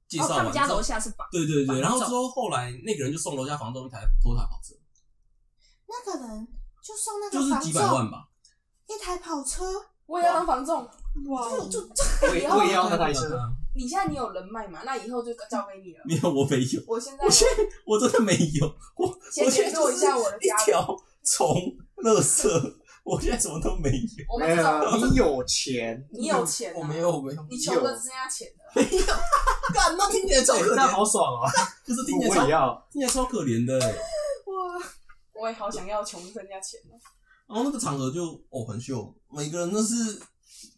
Speaker 3: 介
Speaker 1: 哦，
Speaker 3: 绍
Speaker 1: 他
Speaker 3: 完
Speaker 1: 们
Speaker 3: 之
Speaker 1: 家
Speaker 3: 后，
Speaker 1: 楼下是房，
Speaker 3: 对对
Speaker 1: 房
Speaker 3: 对，
Speaker 1: 东
Speaker 3: 然后之后后来那个人就送楼下房东一台 Toyota 跑车，
Speaker 5: 那个人就送那
Speaker 3: 就是几
Speaker 1: 哦
Speaker 3: 百万吧，
Speaker 5: 一台跑车，
Speaker 2: 我也要当房仲，
Speaker 1: 哇，
Speaker 3: 哦
Speaker 4: 我也我也要那台车，
Speaker 2: 你现在你有人脉嘛？那以后就交给你了。
Speaker 3: 没有我没有，
Speaker 2: 我现在
Speaker 3: 我现在我真的没有，我
Speaker 2: 啊先
Speaker 3: 我现在
Speaker 2: 联
Speaker 3: 就
Speaker 2: 络
Speaker 3: 是
Speaker 2: 一下我的家
Speaker 3: 一
Speaker 2: 人，
Speaker 3: 条虫，垃圾，我现在什么都没有，啊
Speaker 2: 我们
Speaker 4: 没
Speaker 2: 至少
Speaker 4: 有，啊你有钱，
Speaker 2: 你有钱、啊，
Speaker 3: 我没，有我没有，
Speaker 2: 你求的只剩下钱了。
Speaker 3: 干那听起来超可
Speaker 4: 那
Speaker 3: 怜，
Speaker 4: 好爽哦！
Speaker 3: 不是听起来
Speaker 4: 我
Speaker 3: 超
Speaker 4: 也要，
Speaker 3: 听起来超可怜的、欸。
Speaker 2: 我也好想要穷剩下钱了。
Speaker 3: 然后那个场合就哦很秀，每个人都是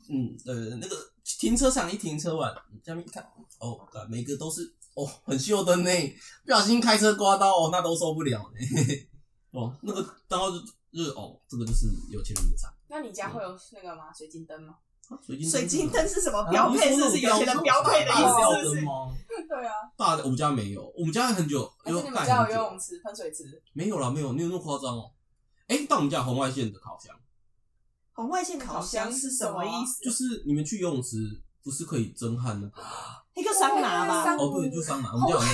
Speaker 3: 嗯呃那个停车场一停车完，下面一看哦，干每个都是哦很秀的呢，不小心开车刮到哦那都受不了呢。嘿嘿哦，那个然后就就是哦这个就是有钱人的场，啊
Speaker 2: 那你家会有那个吗？水晶灯吗？
Speaker 3: 水晶
Speaker 1: 水晶灯是什么
Speaker 3: 啊
Speaker 1: 标配？
Speaker 3: 你
Speaker 1: 是不是
Speaker 3: 说那
Speaker 1: 有
Speaker 3: 种
Speaker 1: 钱人标配的意
Speaker 3: 大
Speaker 1: 思？
Speaker 3: 吊
Speaker 1: 是不
Speaker 3: 灯
Speaker 1: 是？
Speaker 3: 吗？
Speaker 2: 对啊，
Speaker 3: 大的我们家没有，我们家很久，
Speaker 2: 还是你们
Speaker 3: 盖
Speaker 2: 家
Speaker 3: 很
Speaker 2: 有游
Speaker 3: 久，
Speaker 2: 泳池、喷水池？
Speaker 3: 没有啦没有，没有那么夸张哦。哎，但我们家有红外线的烤箱，
Speaker 1: 红外线烤箱是什么意
Speaker 3: 就
Speaker 1: 思？
Speaker 3: 是你们去游泳池不是可以蒸汗那个吗？
Speaker 1: 一个桑拿吧
Speaker 2: 桑，
Speaker 3: 哦，对，就桑拿，我们叫那个。
Speaker 2: 哇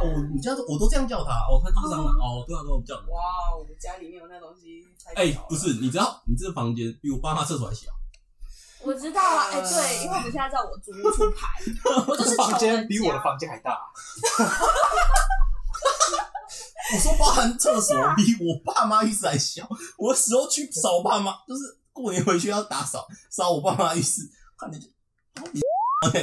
Speaker 3: 哦，你叫我都这样叫他哦，他就是桑拿哦，对啊，对啊，我们叫。
Speaker 2: 哇哦，家里面有那东西太屌了
Speaker 3: 哎，不，是，你知道，你这个房间比我爸妈厕所还小，
Speaker 1: 我知道啊，哎，对，因为我们现在在我租屋 出牌，我就是
Speaker 4: 房
Speaker 1: 穷人
Speaker 4: 间比我的
Speaker 1: 家。
Speaker 4: 房间还大，
Speaker 3: 我说包含厕所比我爸妈浴室还小。我有时候去扫我爸妈，就是过年回去要打扫，扫我爸妈浴室，看你就
Speaker 1: 等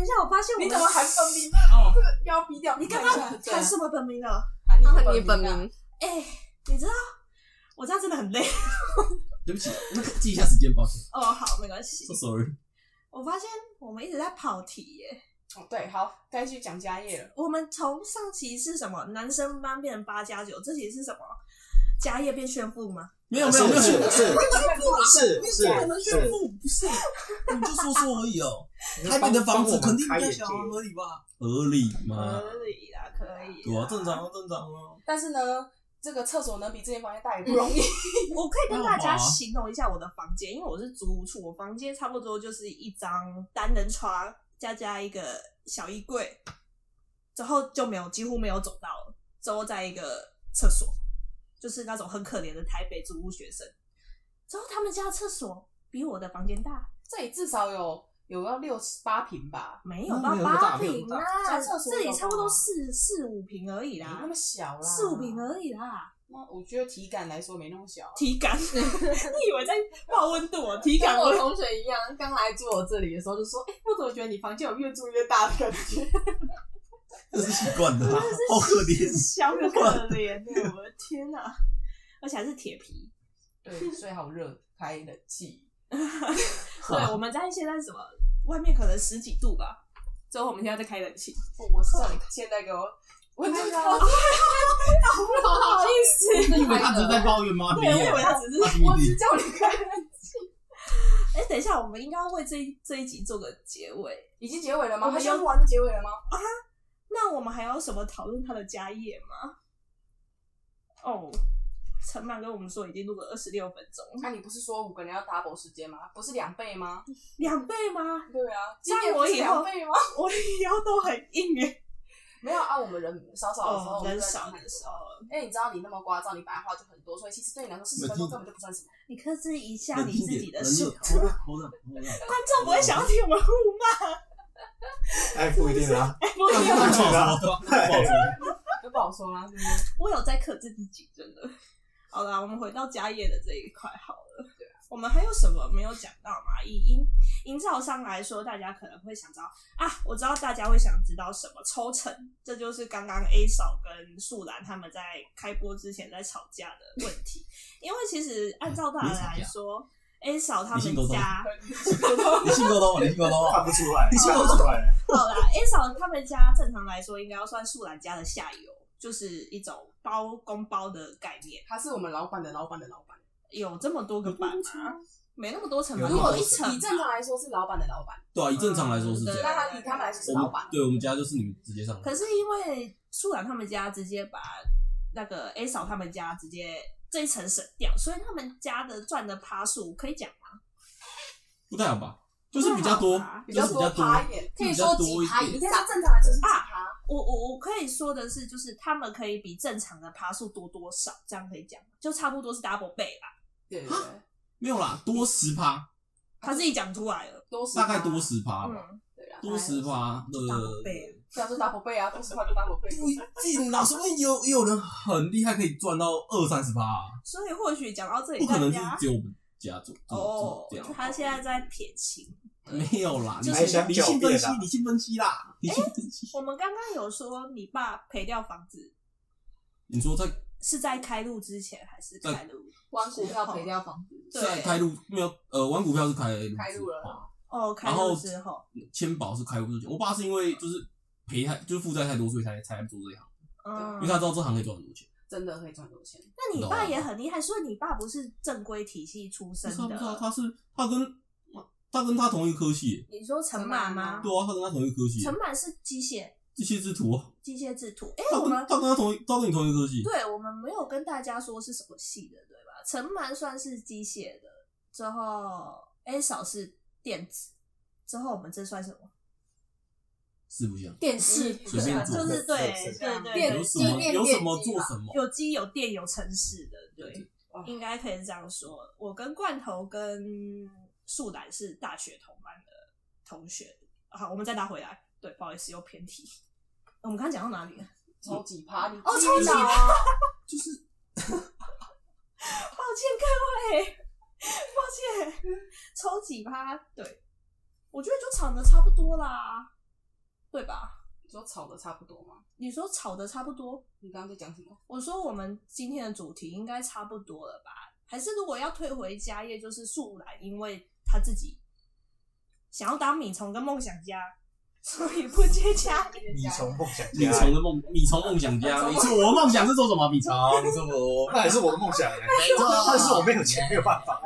Speaker 1: 一下，我发现我
Speaker 2: 你
Speaker 1: 们
Speaker 2: 怎么还啊本名呢？
Speaker 3: 哦
Speaker 2: 这个要逼掉，
Speaker 1: 你刚刚
Speaker 2: 看一下
Speaker 1: 喊是我本名了？
Speaker 2: 喊你
Speaker 5: 那
Speaker 2: 本啊，
Speaker 1: 哎、你知道我这样真的很累
Speaker 3: 对不起，那个记一下时间，抱歉
Speaker 1: 哦。好，没关系
Speaker 3: ，so。sorry。
Speaker 1: 我发现我们一直在跑题耶。
Speaker 2: 哦对，好，该去讲家业了。
Speaker 1: 我们从上期是什么男生班变成八加九，这期是什么家业变炫富吗？
Speaker 3: 没有没有没有，
Speaker 4: 是
Speaker 3: 没有
Speaker 4: 是是
Speaker 3: 你
Speaker 4: 是
Speaker 3: 怎么能
Speaker 4: 是
Speaker 3: 炫
Speaker 4: 是，
Speaker 3: 富？不是，你就说啊说而已哦。台北的房子肯定比较小啊，合理吧？合理吗？
Speaker 1: 合理啦，可以。
Speaker 3: 对啊，正常啊，正常啊。
Speaker 2: 但是呢，这个厕所能比之前房间大也不容易。
Speaker 1: 我可以跟大
Speaker 3: 那
Speaker 1: 家
Speaker 3: 我好啊
Speaker 1: 形容一下我的房间，因为我是租屋处，我房间差不多就是一张单人床，再加一个小衣柜，之后就没有几乎没有走道了，之后在一个厕所，就是那种很可怜的台北租屋学生。之后他们家的厕所比我的房间大，
Speaker 2: 这里至少有有要六七八平
Speaker 6: 啊
Speaker 2: 吧，
Speaker 1: 没有
Speaker 3: 嗯
Speaker 1: 到
Speaker 3: 没有那么
Speaker 1: 八
Speaker 3: 大没有
Speaker 1: 平
Speaker 3: 那么
Speaker 1: 啦，
Speaker 2: 大这厕所
Speaker 1: 这里
Speaker 2: 有
Speaker 1: 差不多
Speaker 2: 吗
Speaker 1: 四四五平而已
Speaker 2: 没那
Speaker 1: 啦
Speaker 2: 么，小啦，
Speaker 1: 四五平
Speaker 6: 啊
Speaker 1: 而已啦。
Speaker 2: 那我觉得体感来说没那么小啊。
Speaker 1: 体感， 你以为在报温度哦？体感
Speaker 6: 跟我
Speaker 1: 温
Speaker 6: 同学一样，刚来住我这里的时候就说：“哎、我怎么觉得你房间有越住越大的感觉
Speaker 3: 这是习惯的啦，啊好可怜。
Speaker 1: 小可怜呢，我的天哪、而且还是铁皮。
Speaker 2: 对，所以好热，开冷气。
Speaker 1: 对，我们在现在什么，外面可能十几度吧，之后我们现在在开冷气，
Speaker 6: 哦
Speaker 2: 我我是叫你现在给我，我就到
Speaker 6: 不 好意思，
Speaker 3: 你以为他只是在抱怨啊吗？没
Speaker 1: 对，我以
Speaker 3: 有
Speaker 1: 为，他只是……
Speaker 3: 他比
Speaker 2: 我只
Speaker 3: 你
Speaker 2: 叫你开冷气。
Speaker 1: 哎、等一下，我们应该要为这一这一集做个结尾。
Speaker 2: 已经结尾了
Speaker 1: 我
Speaker 2: 吗？
Speaker 1: 们
Speaker 2: 还
Speaker 1: 有
Speaker 2: 要录完就结尾了吗？
Speaker 1: 那我们还有什么讨论他的家业吗？哦，陈曼跟我们说已经录了二十六分钟，
Speaker 2: 那你不是说五个人要 double 时间吗？不是两倍吗？
Speaker 1: 两倍吗？
Speaker 2: 对啊，
Speaker 1: 这样
Speaker 2: 今年不
Speaker 1: 我
Speaker 2: 是
Speaker 1: 以后
Speaker 2: 两倍吗？
Speaker 1: 我腰都很硬耶。
Speaker 2: 没有啊，我们人少少的时候，
Speaker 1: 哦，人少的时
Speaker 2: 候。
Speaker 1: 候，
Speaker 2: 因为你知道你那么聒噪，你本来话就很多，所以其实对你来说四十分钟根本就不算什么。
Speaker 1: 你克制一下
Speaker 3: 冷
Speaker 1: 你
Speaker 3: 静
Speaker 1: 自
Speaker 3: 点
Speaker 1: 己的
Speaker 3: 冷静
Speaker 1: 舌
Speaker 3: 点
Speaker 1: 头，
Speaker 3: hold on，hold on，hold on
Speaker 1: 观众不会想要听我 们互骂。
Speaker 4: 哎，不一定啦，
Speaker 1: 不一样
Speaker 3: 不好说，不好说。
Speaker 2: 就不好说啊啦，是不是？
Speaker 1: 我有在克制自己，真的。 好啦，我们回到家业的这一块好了。对啊，我们还有什么没有讲到吗？以营营造上来说，大家可能会想知道啊，我知道大家会想知道什么抽成，这就是刚刚 A 嫂跟素兰他们在开播之前在吵架的问题。因为其实按照大人来说，A 嫂他
Speaker 3: 理性
Speaker 1: 们
Speaker 3: 沟通
Speaker 1: 家
Speaker 3: 你信沟通，你信沟通啊
Speaker 4: 看！不出来，
Speaker 3: 你信
Speaker 4: 看
Speaker 3: 我
Speaker 4: 不出来。
Speaker 1: 好啦，A 嫂他们家正常来说应该要算素兰家的下游，就是一种包公包的概念。
Speaker 2: 他是我们老板的老板的老板。
Speaker 1: 有这么多个版
Speaker 2: 啊
Speaker 1: 吗？没那么多层吧，
Speaker 3: 有
Speaker 1: 你
Speaker 3: 那么多
Speaker 1: 有一层吧。
Speaker 2: 以正常来说是老板的老板，
Speaker 3: 对啊，以正常来说是这
Speaker 1: 对
Speaker 2: 那
Speaker 3: 样。哦
Speaker 2: 他以他们来说是
Speaker 3: 我
Speaker 2: 老
Speaker 3: 们
Speaker 2: 板。
Speaker 3: 对我们家就是你们直接上来，
Speaker 1: 可是因为素兰他们家直接把那个 A 嫂他们家直接这一层省掉，所以他们家的赚的趴数可以讲吗？
Speaker 3: 不太好吧？就是比较
Speaker 1: 不
Speaker 3: 多
Speaker 1: 太好吧，
Speaker 2: 比
Speaker 3: 就
Speaker 2: 较
Speaker 3: 是比较多，
Speaker 2: 趴一点，
Speaker 6: 可以
Speaker 3: 比较
Speaker 6: 说
Speaker 3: 多
Speaker 6: 几
Speaker 3: 一
Speaker 6: 趴
Speaker 3: 点
Speaker 6: 以
Speaker 2: 应该
Speaker 6: 上
Speaker 2: 是。正常来说是几
Speaker 1: 啊
Speaker 2: 趴，
Speaker 1: 我我我可以说的是，就是他们可以比正常的趴数多多少，这样可以讲吗，就差不多是 double 倍吧。
Speaker 2: 对对对，
Speaker 3: 没有啦，多十趴，
Speaker 1: 他自己讲出来了，
Speaker 2: 多十趴
Speaker 3: 大概多，十趴吧，
Speaker 1: 嗯，哎
Speaker 2: 对啊，
Speaker 3: 多十趴，
Speaker 1: double
Speaker 3: 呃，
Speaker 1: 倍。
Speaker 2: 虽然说 double 倍啊，多十趴就 double 倍，
Speaker 3: 不一定啦，说不定有也有人很厉害，可以赚到二三十趴啊，
Speaker 1: 所以或许讲到这里，
Speaker 3: 不可
Speaker 1: 大
Speaker 3: 能是
Speaker 1: 家
Speaker 3: 只有我们家做
Speaker 1: 啊哦
Speaker 3: 做这，样，
Speaker 1: 他现在在撇清。
Speaker 3: 没有啦，
Speaker 1: 就
Speaker 3: 你
Speaker 1: 是
Speaker 3: 先理性分析
Speaker 4: 还想狡辩，啊
Speaker 3: 理性分析啦，理性分析。
Speaker 1: 我们刚刚有说你爸赔掉房子
Speaker 3: 你说在
Speaker 1: 是在开录之前还是开录？
Speaker 6: 玩股票赔掉房子，
Speaker 1: 对
Speaker 3: 在开路没有？呃，玩股票是开路
Speaker 2: 开路了
Speaker 3: 之后
Speaker 2: 啦。
Speaker 1: 哦，开
Speaker 3: 然后
Speaker 1: 录之后，
Speaker 3: 签保是开户之前，我爸是因为就是赔太就是负债太多，所以才才来做这一行，因
Speaker 1: 嗯，
Speaker 3: 为他知道这行可以赚很多钱。
Speaker 2: 真的可以赚很多钱。
Speaker 1: 那你爸也很厉害，所以你爸不是正规体系出
Speaker 3: 不
Speaker 1: 身
Speaker 3: 是啊不是啊，
Speaker 1: 的。
Speaker 3: 他是他跟他跟他同一个科系耶，
Speaker 1: 你说陈满吗
Speaker 2: 陈？
Speaker 3: 对啊，他跟他同一个科系耶，
Speaker 1: 陈满是机械
Speaker 3: 这些制图啊，
Speaker 1: 机械制图，哎，
Speaker 3: 他
Speaker 1: 我
Speaker 3: 跟
Speaker 1: 们
Speaker 3: 他跟他同一他跟你同一个科系，
Speaker 1: 对我们没有跟大家说是什么系的，对吧？陈满算是机械的，之后 A 嫂是电子，之后我们这算什么？
Speaker 3: 是不像。
Speaker 6: 电视
Speaker 2: 嗯
Speaker 6: 不
Speaker 3: 随
Speaker 6: 是
Speaker 3: 便
Speaker 6: 啊
Speaker 3: 做
Speaker 1: 就是对
Speaker 4: 是
Speaker 1: 对
Speaker 4: 是
Speaker 1: 对对，
Speaker 6: 电
Speaker 3: 有什么
Speaker 6: 机电
Speaker 3: 有什么
Speaker 6: 电机
Speaker 3: 做
Speaker 6: 吧
Speaker 3: 什么？
Speaker 1: 有机有电有城市的，对
Speaker 2: 哇，
Speaker 1: 应该可以这样说。我跟罐头跟树懒是大学同班的同学。好，我们再拿回来。对，不好意思，又偏题。我们刚刚讲到哪里了？
Speaker 2: 抽几趴？你
Speaker 1: 哦
Speaker 2: 记
Speaker 1: 抽
Speaker 2: 得
Speaker 1: 几
Speaker 2: 啊
Speaker 3: 就是
Speaker 1: 抱歉各位，抱歉，抽几趴？对，我觉得就吵的差不多啦，对吧？
Speaker 2: 你说吵的差不多吗？
Speaker 1: 你说吵的差不多，
Speaker 2: 你刚刚在讲什么？
Speaker 1: 我说我们今天的主题应该差不多了吧？还是如果要退回家业，就是素兰，因为他自己想要当米虫跟梦想家，所以不接家 业。
Speaker 4: 米虫梦想
Speaker 3: 米
Speaker 4: 家
Speaker 3: 虫，的梦，米虫梦 想家，
Speaker 2: 米
Speaker 3: 你
Speaker 2: 虫
Speaker 3: 说我的梦想是做什么？啊米虫，哦你说我，
Speaker 4: 那也是我的梦想哎，但是我没有钱，没有办法。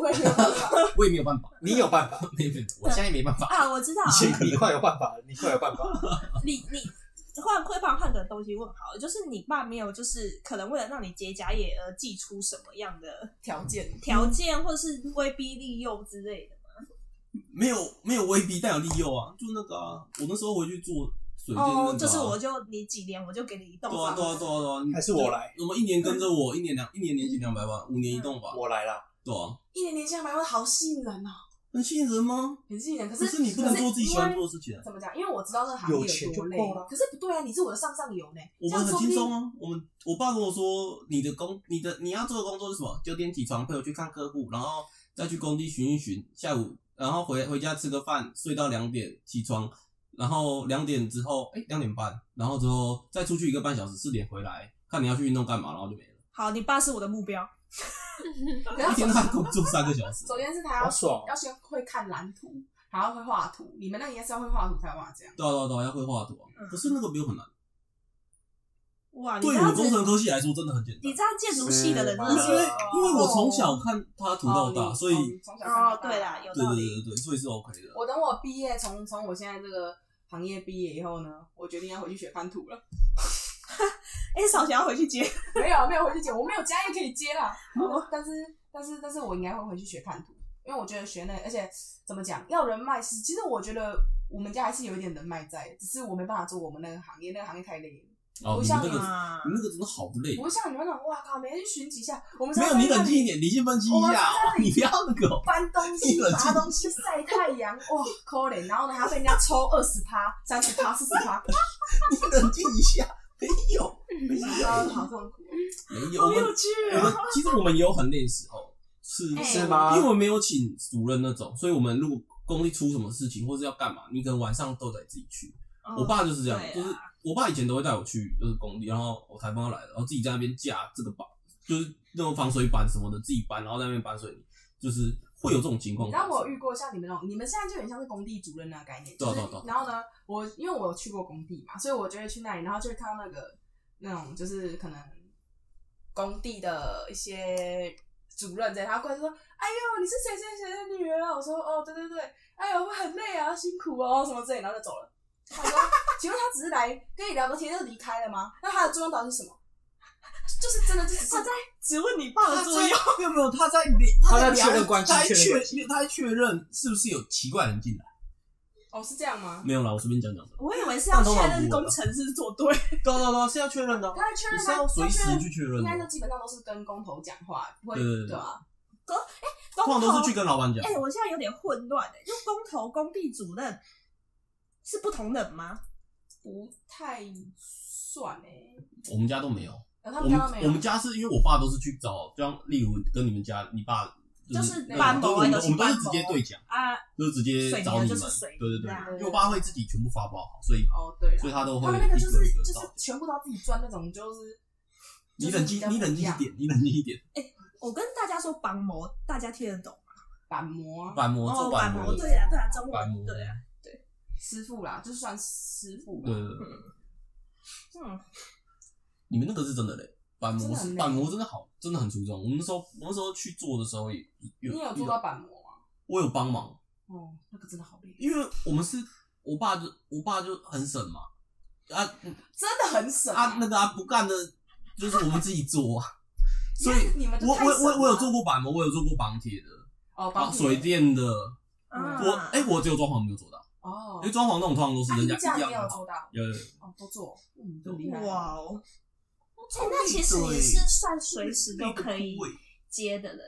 Speaker 2: 我 也觉得，
Speaker 3: 我也没有办 法，
Speaker 4: 你有办法，
Speaker 3: 没有，我现在也没办法。
Speaker 1: 啊，我知道啊，
Speaker 4: 你快有办法，你快有办法。
Speaker 1: 你你换会帮换个东西问好了，就是你爸没有就是可能为了让你结家业而寄出什么样的
Speaker 7: 条件
Speaker 1: 条件，或是威逼利诱之类的。
Speaker 3: 没有没有威逼，但有利诱啊，就那个啊，我那时候回去做水电、那个啊
Speaker 1: 哦，就是我就你几年我就给你一栋
Speaker 3: 对啊
Speaker 1: 房子，
Speaker 3: 对啊对啊对啊，你
Speaker 4: 还是我来，
Speaker 3: 我们一年跟着我，一年两一年年薪两百万，五年一栋吧，
Speaker 4: 我来啦，
Speaker 3: 对啊，
Speaker 2: 一年年下来，我好吸引人哦，
Speaker 3: 很吸引人吗？
Speaker 2: 很吸引人。可
Speaker 3: 可
Speaker 2: 是
Speaker 3: 是你不能做自己喜欢做的事情啊，
Speaker 2: 怎么讲？因为我知道这个行
Speaker 4: 有
Speaker 2: 业
Speaker 4: 钱
Speaker 2: 有
Speaker 4: 就
Speaker 2: 多累
Speaker 4: 够了，
Speaker 2: 可是不对啊，你是我的上上游呢，
Speaker 3: 我
Speaker 2: 这
Speaker 3: 们
Speaker 2: 样
Speaker 3: 很
Speaker 2: 说不
Speaker 3: 轻
Speaker 2: 定
Speaker 3: 松啊。我们我爸跟我说，你的工，你的你要做的工作是什么？九点起床陪我去看客户，然后再去工地巡一巡，下午然后回回家吃个饭，睡到两点起床，然后两点之后，哎、两点半，然后之后再出去一个半小时，四点回来，看你要去运动干嘛，然后就没了。
Speaker 1: 好，你爸是我的目标，
Speaker 2: 可是要
Speaker 3: 一天啊他工作三个 小时，
Speaker 2: 首先是他
Speaker 4: 好
Speaker 2: 要
Speaker 4: 爽
Speaker 2: 要先会看蓝图，还要会画图。你们那应该是要会画图才有办法这样。
Speaker 3: 对啊对啊对啊，要会画图啊。
Speaker 2: 嗯
Speaker 3: 可是那个没有很难，
Speaker 1: 哇，你
Speaker 3: 对
Speaker 1: 这
Speaker 3: 于我
Speaker 1: 样
Speaker 3: 们
Speaker 1: 子
Speaker 3: 工程科系来说真的很简单，
Speaker 1: 你这样建筑系的人真
Speaker 4: 是吧
Speaker 1: 的
Speaker 3: 因为
Speaker 1: 是
Speaker 3: 因为我从小看他图到大，
Speaker 2: 哦
Speaker 3: 所以
Speaker 2: 哦你从小看到
Speaker 1: 哦，
Speaker 2: 大
Speaker 1: 对啦，有
Speaker 3: 对
Speaker 1: 道
Speaker 3: 对
Speaker 1: 理。
Speaker 3: 对对，所以是 OK 的。
Speaker 2: 我等我毕业，从从我现在这个行业毕业以后呢，我决定要回去学翻图了。
Speaker 1: 哎，少想要回去接，
Speaker 2: 没有没有回去剪，我没有家业可以接啦。
Speaker 3: 哦
Speaker 2: 但是但是但是我应该会回去学看图，因为我觉得学那，而且怎么讲，要人脉是，其实我觉得我们家还是有一点人脉在，只是我没办法做我们那个行业，那个行业太累了。
Speaker 3: 哦，
Speaker 2: 不
Speaker 3: 你
Speaker 2: 像
Speaker 3: 那个
Speaker 2: 你
Speaker 1: 啊
Speaker 3: 你那个真的好累
Speaker 2: 不。像你们那种，哇靠，每天去巡几下，我们
Speaker 3: 没有，你冷静一，点，理性分析一
Speaker 2: 我
Speaker 3: 下啊
Speaker 2: 在，
Speaker 3: 你不要那个哦。
Speaker 2: 搬东
Speaker 3: 你
Speaker 2: 西、
Speaker 3: 冷静
Speaker 2: 拔东西、晒太阳，哇，可怜。然后呢，还要被人家抽二十趴、三十趴、四十趴，
Speaker 3: 你冷静一下，没有， 没
Speaker 2: 你知
Speaker 3: 有，
Speaker 2: 道啊好痛苦。
Speaker 3: 没有。我们
Speaker 1: 趣
Speaker 3: 我们其实我们也有很累的时候，是
Speaker 1: 哎
Speaker 4: 是吗
Speaker 3: 因为我们没有请主任那种，所以我们如果工地出什么事情或是要干嘛，你可能晚上都得自己去。
Speaker 1: 哦
Speaker 3: 我爸就是这样
Speaker 1: 对，啊
Speaker 3: 就是我爸以前都会带我去，就是工地，然后我台风要来了，然后自己在那边架这个板，就是那种防水板什么的，自己搬，然后在那边搬水泥，就是会有这种情况
Speaker 2: 你知
Speaker 3: 发生。
Speaker 2: 道我有遇过像你们那种，你们现在就有点像是工地主任那个概念，就
Speaker 3: 对啊
Speaker 2: 是
Speaker 3: 对啊对啊
Speaker 2: 然后呢，我因为我有去过工地嘛，所以我就会去那里，然后就会看到那个那种就是可能工地的一些主任在，他过来就说：“哎呦，你是谁谁谁的女儿啊？”我说：“哦，对对对，哎呦，我很累啊，辛苦哦，什么之类的，然后就走了。”他说：“ 请问他只是来跟你聊个天就离开了吗？那他的作用到底是什么？” 就是真的，就只是
Speaker 1: 他在只问你爸的作用，
Speaker 3: 没有没有，他在
Speaker 4: 他在
Speaker 3: 在
Speaker 4: 确认关系
Speaker 3: 他在
Speaker 4: 确认
Speaker 3: 确
Speaker 4: 关系
Speaker 3: 他在确认是不是有奇怪的人进来。
Speaker 2: 哦，是这样吗？
Speaker 3: 没有啦，我随便讲讲 的。
Speaker 1: 我以为是要确
Speaker 3: 那都
Speaker 1: 认
Speaker 3: 蛮多的
Speaker 1: 工程师做对，
Speaker 3: 对对对，是要确认的哦
Speaker 2: 他在确
Speaker 3: 你
Speaker 2: 认
Speaker 3: 是
Speaker 2: 他，
Speaker 3: 要随时
Speaker 2: 他确认
Speaker 3: 去确认
Speaker 2: 应该说
Speaker 3: 的。
Speaker 2: 基本上都是跟工头讲话，不会
Speaker 3: 对对对
Speaker 2: 对啊。
Speaker 1: 工
Speaker 3: 通常都
Speaker 1: 头
Speaker 3: 是去跟老板讲
Speaker 1: 哎、。我现在有点混乱哎、就工头、工地主任是不同人吗？
Speaker 2: 不太算哎、
Speaker 3: 我们家都没有，
Speaker 2: 然后他
Speaker 3: 我
Speaker 2: 们
Speaker 3: 们
Speaker 2: 刚刚没有，
Speaker 3: 我们家是因为我爸都是去找，就像例如跟你们家你爸
Speaker 1: 就是
Speaker 3: 那种
Speaker 1: 搬
Speaker 3: 都
Speaker 1: 某
Speaker 3: 我们
Speaker 1: 啊
Speaker 3: 都
Speaker 1: 都
Speaker 3: 我
Speaker 1: 是
Speaker 3: 们都是
Speaker 1: 搬
Speaker 3: 直
Speaker 1: 某
Speaker 3: 接对讲，
Speaker 1: 啊，
Speaker 3: 就是直接找
Speaker 1: 水泥
Speaker 3: 你们
Speaker 1: 的就是水。泥
Speaker 3: 对对对
Speaker 1: 啊，
Speaker 3: 因为我爸会自己全部发包好，所以
Speaker 2: 哦对啦
Speaker 3: 所以他都
Speaker 2: 他
Speaker 3: 会
Speaker 2: 们那个
Speaker 3: 一
Speaker 2: 就
Speaker 3: 个
Speaker 2: 是
Speaker 3: 一个
Speaker 2: 就是
Speaker 3: 照。
Speaker 2: 全部都要自己钻那种，就是
Speaker 3: 你冷静，你冷静一，
Speaker 2: 就是比较不样
Speaker 3: 点，你冷静一点。
Speaker 1: 我跟大家说板模，大家听得懂吗？
Speaker 2: 板模啊
Speaker 3: 板模做
Speaker 1: 哦，板
Speaker 3: 模
Speaker 1: 模，，对啊，对啊，中
Speaker 3: 板
Speaker 1: 文
Speaker 3: 模，
Speaker 1: 对啊，
Speaker 2: 师傅啦，就算师傅吧
Speaker 3: 对对对。
Speaker 1: 嗯，
Speaker 3: 你们那个是真的嘞，板模
Speaker 2: 真的很
Speaker 3: 是
Speaker 2: 累
Speaker 3: 板模真的好，真的很出众。我们那时候我那时候去做的时候也有，
Speaker 2: 你有做
Speaker 3: 遇
Speaker 2: 到板模吗？
Speaker 3: 我有帮忙，
Speaker 2: 哦，那个真的好累，
Speaker 3: 因为我们是我爸就我爸就很省嘛，啊
Speaker 2: 真的很省
Speaker 3: 啊那个啊不干的，就是我们自己 做啊。所以
Speaker 2: 你们就
Speaker 3: 我
Speaker 2: 太
Speaker 3: 我
Speaker 2: 省了
Speaker 3: 我我有做过板模，我有做过绑铁的，
Speaker 2: 哦，
Speaker 3: 啊
Speaker 2: 帮
Speaker 3: 水电的，
Speaker 2: 嗯
Speaker 1: 啊
Speaker 3: 我哎、我只有装潢没有做到，
Speaker 2: 哦
Speaker 3: 因为，装潢那种通常都是
Speaker 2: 啊
Speaker 3: 人家
Speaker 2: 衣架
Speaker 3: 一
Speaker 2: 没
Speaker 3: 样
Speaker 2: 有
Speaker 3: 的
Speaker 2: 做到
Speaker 3: 有有有
Speaker 2: 哦，都做，嗯，都厉害，
Speaker 1: 哇哦，哎、
Speaker 3: 超
Speaker 1: 那
Speaker 3: 累
Speaker 1: 其实
Speaker 3: 的
Speaker 1: 你
Speaker 3: 欸
Speaker 1: 是算随时都
Speaker 3: 累得
Speaker 1: 可以
Speaker 3: 哭欸
Speaker 1: 接的人，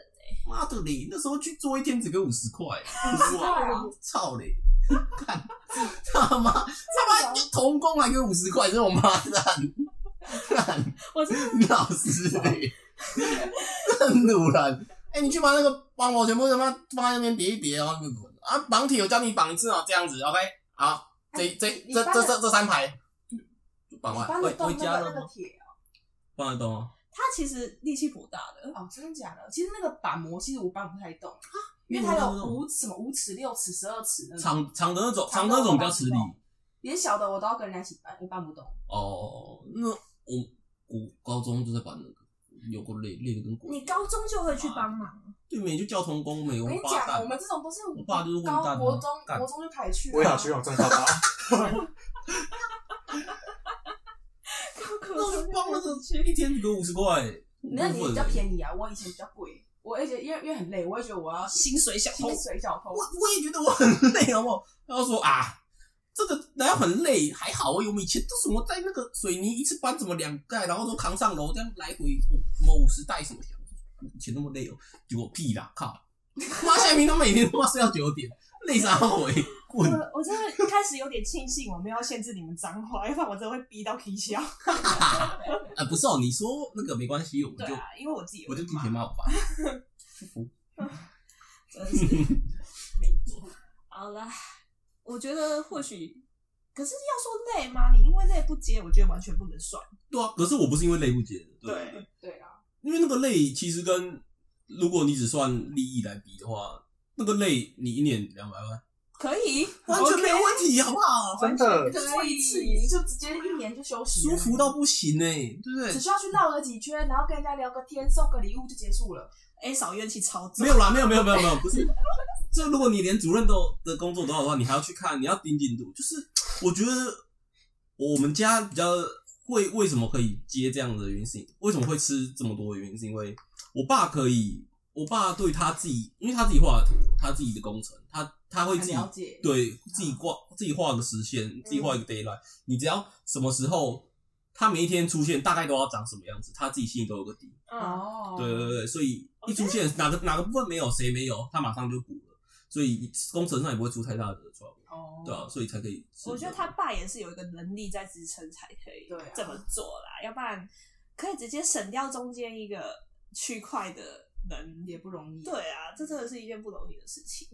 Speaker 3: 妈的嘞！那时候去做一天只给五十块，五
Speaker 2: 十块啊！
Speaker 3: 操嘞！看他妈他妈就童工还给五十块，这种妈蛋蛋
Speaker 1: 我真的
Speaker 3: 老师嘞，真鲁人！哎、你去把那个帮我全部他妈放在那边叠一叠，然后那边滚啊！绑铁有教你绑一次哦，这样子，OK？好，这这
Speaker 2: 哎你
Speaker 3: 这
Speaker 2: 搬
Speaker 3: 这
Speaker 2: 得
Speaker 3: 这这三排就绑
Speaker 2: 你
Speaker 3: 完，
Speaker 2: 搬
Speaker 3: 回
Speaker 2: 得动
Speaker 3: 回家
Speaker 2: 那
Speaker 3: 了
Speaker 2: 个那个
Speaker 3: 吗？
Speaker 2: 铁啊
Speaker 3: 搬得动啊？
Speaker 1: 他其实力气不大的，
Speaker 2: 哦，真的假的？其实那个板模其实我搬不太动，因为
Speaker 3: 你
Speaker 2: 它
Speaker 3: 啊搬得
Speaker 2: 有
Speaker 3: 动
Speaker 2: 五什么五尺、六尺、十二尺那种，
Speaker 3: 长长的那种，
Speaker 2: 长嗯的
Speaker 3: 长的那种
Speaker 2: 我
Speaker 3: 比较
Speaker 2: 搬不
Speaker 3: 吃力。
Speaker 2: 动连小的我都要跟人家一起搬，我搬不动。
Speaker 3: 哦，那我我高中就在把那个有过累累的跟鬼。
Speaker 1: 你高中就会去帮忙，
Speaker 3: 对面就教童工没有
Speaker 2: 我跟你
Speaker 3: 八
Speaker 2: 讲，我
Speaker 3: 蛋，
Speaker 2: 们这种都是
Speaker 3: 我爸就是混蛋
Speaker 2: 高
Speaker 3: 啊
Speaker 2: 国中
Speaker 3: 干
Speaker 2: 国中就开始去了，
Speaker 4: 我也想去那种赚大发，
Speaker 3: 那我就帮那个一天给我五十块，
Speaker 2: 那你比较便宜啊，我以前比较贵，我而且因为因为很累，我也觉得我要
Speaker 1: 薪水小偷
Speaker 2: 薪，水小偷
Speaker 3: 我。我也觉得我很累，好不好？然后说啊，这个然后很累，还好啊我有以前都什么在那个水泥一次搬怎么两盖，然后都扛上楼，这样来回哦什么五十袋什么想说以前那么累哦，结果屁啦，靠！ 妈，夏明他每天他妈睡到九点，累 啥回滚？
Speaker 1: 我我真的开始有点庆幸我没有限制你们脏话，要不然我真的会逼到 K 笑。
Speaker 3: 哈哈啊，不是哦，你说那个没关系，我
Speaker 1: 对
Speaker 3: 就
Speaker 1: 啊，因为我自己也
Speaker 3: 我
Speaker 1: 会
Speaker 3: 就地
Speaker 1: 骂
Speaker 3: 铁骂我吧。
Speaker 1: 真是没错。好啦，我觉得或许，可是要说累吗？你因为累不接，我觉得完全不能算。
Speaker 3: 对啊，可是我不是因为累不接的，对不对
Speaker 1: 对，
Speaker 2: 对啊，
Speaker 3: 因为那个累其实跟如果你只算利益来比的话，那个累你一年两百万
Speaker 1: 可以，
Speaker 3: 完全没有
Speaker 1: OK
Speaker 3: 问题，好不
Speaker 1: 啊
Speaker 3: 好？
Speaker 4: 真的
Speaker 2: 就做一次，你就直接一年就休息
Speaker 3: 舒
Speaker 2: 了，
Speaker 3: 服到不行呢、对不
Speaker 2: 只
Speaker 3: 对？
Speaker 2: 需要去绕了几圈，然后跟人家聊个天，送个礼物就结束了。
Speaker 1: A 少怨气超重，
Speaker 3: 没有啦，没有没有没有没有，不是。就如果你连主任都的工作都要的话，你还要去看，你要盯进度。就是我觉得我们家比较会为什么可以接这样的原因是，为什么会吃这么多的原因是因为我爸可以，我爸对他自己，因为他自己画的图，他自己的工程，他他会自己
Speaker 2: 很了解嗯
Speaker 3: 对自己挂自己画个时限，自己画一个 d a y l i g h t 你只要什么时候他每一天出现，大概都要长什么样子，他自己心里都有个底。
Speaker 1: 嗯，
Speaker 2: 哦
Speaker 3: 对对对，所以
Speaker 1: 哦
Speaker 3: 一出现哪个哪个部分没有，谁没有，他马上就补了，所以工程上也不会出太大的 trouble，
Speaker 2: 哦，
Speaker 3: 对啊，所以才可以吃。
Speaker 1: 我觉得他爸也是有一个能力在支撑才可以
Speaker 2: 对啊
Speaker 1: 这么做啦，要不然可以直接省掉中间一个区块的能
Speaker 2: 也不容易。
Speaker 1: 对啊，这真的是一件不容易的事情。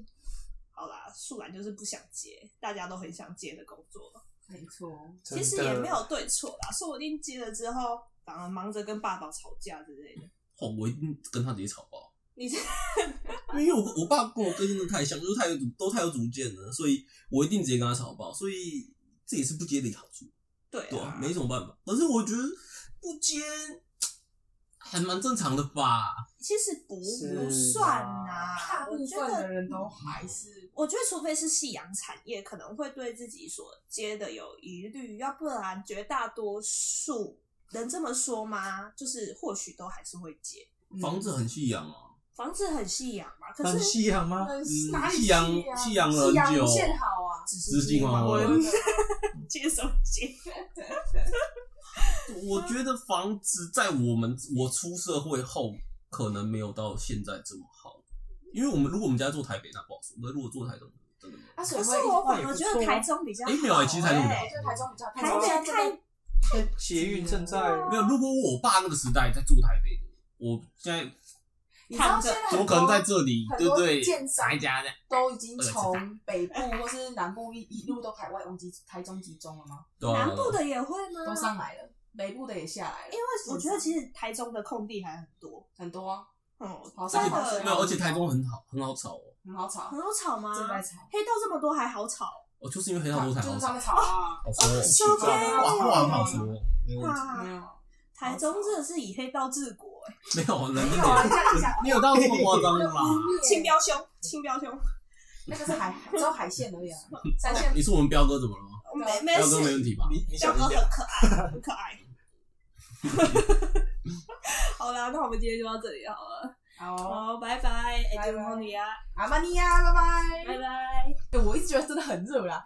Speaker 1: 好啦，素兰就是不想接，大家都很想接的工作。
Speaker 2: 没错，
Speaker 1: 其实也没有对错啦，说不定接了之后反而忙着跟爸爸吵架之类的。
Speaker 3: 哦，我一定跟他直接吵爆，
Speaker 1: 你是
Speaker 3: 因为我我爸跟我个性真的太像，就是太有主都太有主见了，所以我一定直接跟他吵爆，所以这也是不接的好处，
Speaker 1: 对
Speaker 3: 对啊
Speaker 1: 啊，，
Speaker 3: 没什么办法。可是我觉得不接还蛮正常的吧，
Speaker 1: 其实不
Speaker 4: 是
Speaker 1: 不算呐、
Speaker 2: 大
Speaker 1: 我
Speaker 2: 部
Speaker 1: 觉
Speaker 2: 分的
Speaker 1: 得，
Speaker 2: 人都还是
Speaker 1: 我觉得除非是夕阳产业，可能会对自己所接的有疑虑，要不然绝大多数能这么说吗？就是或许都还是会接。
Speaker 3: 房子很夕阳啊。
Speaker 1: 房子很夕阳嘛，可
Speaker 4: 很
Speaker 1: 是
Speaker 4: 夕阳吗？
Speaker 2: 嗯
Speaker 3: 嗯
Speaker 2: 哪里
Speaker 3: 夕阳
Speaker 2: 夕阳
Speaker 3: 夕阳
Speaker 2: 夕阳
Speaker 3: 很久
Speaker 2: 无限好啊，
Speaker 3: 紫金黄昏。
Speaker 1: 接手接，
Speaker 3: 我觉得房子在我们我出社会后，可能没有到现在这么好，因为我们如果我们家做台北那不好说，那如果做台中真的没有
Speaker 2: 啊，所
Speaker 1: 可
Speaker 2: 以
Speaker 1: 是
Speaker 2: 会
Speaker 1: 我
Speaker 2: 我
Speaker 1: 反而觉得台中比较好、
Speaker 3: 诶哎没有诶其实台中比较好
Speaker 1: 诶
Speaker 2: 觉得台中比较，
Speaker 1: 台
Speaker 2: 中
Speaker 1: 北
Speaker 2: 现在
Speaker 1: 太
Speaker 2: 这个
Speaker 4: 现捷运正在
Speaker 3: 没有。如果我爸那个时代在做台北的，我现在
Speaker 2: 你知道现在
Speaker 3: 怎么
Speaker 2: 很
Speaker 3: 可
Speaker 2: 多
Speaker 3: 能在这里，
Speaker 2: 很
Speaker 3: 对不
Speaker 2: 多
Speaker 3: 对？
Speaker 2: 建商
Speaker 3: 宅家的，
Speaker 2: 都已经从北部或是南部一一路都台湾往集台中集中了吗？
Speaker 3: 对啊
Speaker 1: 南部的也会吗？
Speaker 2: 都上来了，北部的也下来了，
Speaker 1: 因
Speaker 2: 因
Speaker 1: 为我觉得其实台中的空地还很多，
Speaker 2: 很多啊，
Speaker 1: 嗯，
Speaker 2: 好
Speaker 1: 真
Speaker 2: 像好
Speaker 1: 的
Speaker 2: 像
Speaker 3: 没有，而且台中很好，很好吵哦。
Speaker 2: 很好吵
Speaker 1: 很，好吵吗？
Speaker 2: 正在吵，
Speaker 1: 黑道这么多还好吵
Speaker 3: 哦，就是因为很好多才
Speaker 2: 就
Speaker 3: 好
Speaker 2: 是他
Speaker 3: 吵，
Speaker 2: 们吵哦啊，
Speaker 3: 好说哦，
Speaker 1: 说
Speaker 4: 不定
Speaker 3: 哇话很好说，没有问题，
Speaker 1: 啊
Speaker 2: 没！有
Speaker 1: 台中真的是以黑道治国，哎
Speaker 3: 没有人
Speaker 2: 没
Speaker 3: 真
Speaker 2: 有啊，
Speaker 3: 的
Speaker 2: 人家一下
Speaker 3: 没有到这么夸 张的吧？
Speaker 1: 青标兄，青标兄，
Speaker 2: 那个是海只有海线而 已啊，三线
Speaker 3: 你说我们彪哥怎么了吗？
Speaker 1: 没没
Speaker 3: 彪哥没
Speaker 1: 事，
Speaker 3: 问题吧？
Speaker 4: 你你
Speaker 1: 彪
Speaker 4: 小
Speaker 1: 哥很
Speaker 4: 心点，
Speaker 1: 可爱，很可爱。好啦，那我们今天就到这里好了，
Speaker 2: 好，
Speaker 1: 好，拜拜，
Speaker 2: 拜拜
Speaker 1: 艾迪莫尼亚，
Speaker 2: 阿玛尼亚，拜拜。哎
Speaker 1: 拜拜。
Speaker 2: 我一直觉得真的很热啦，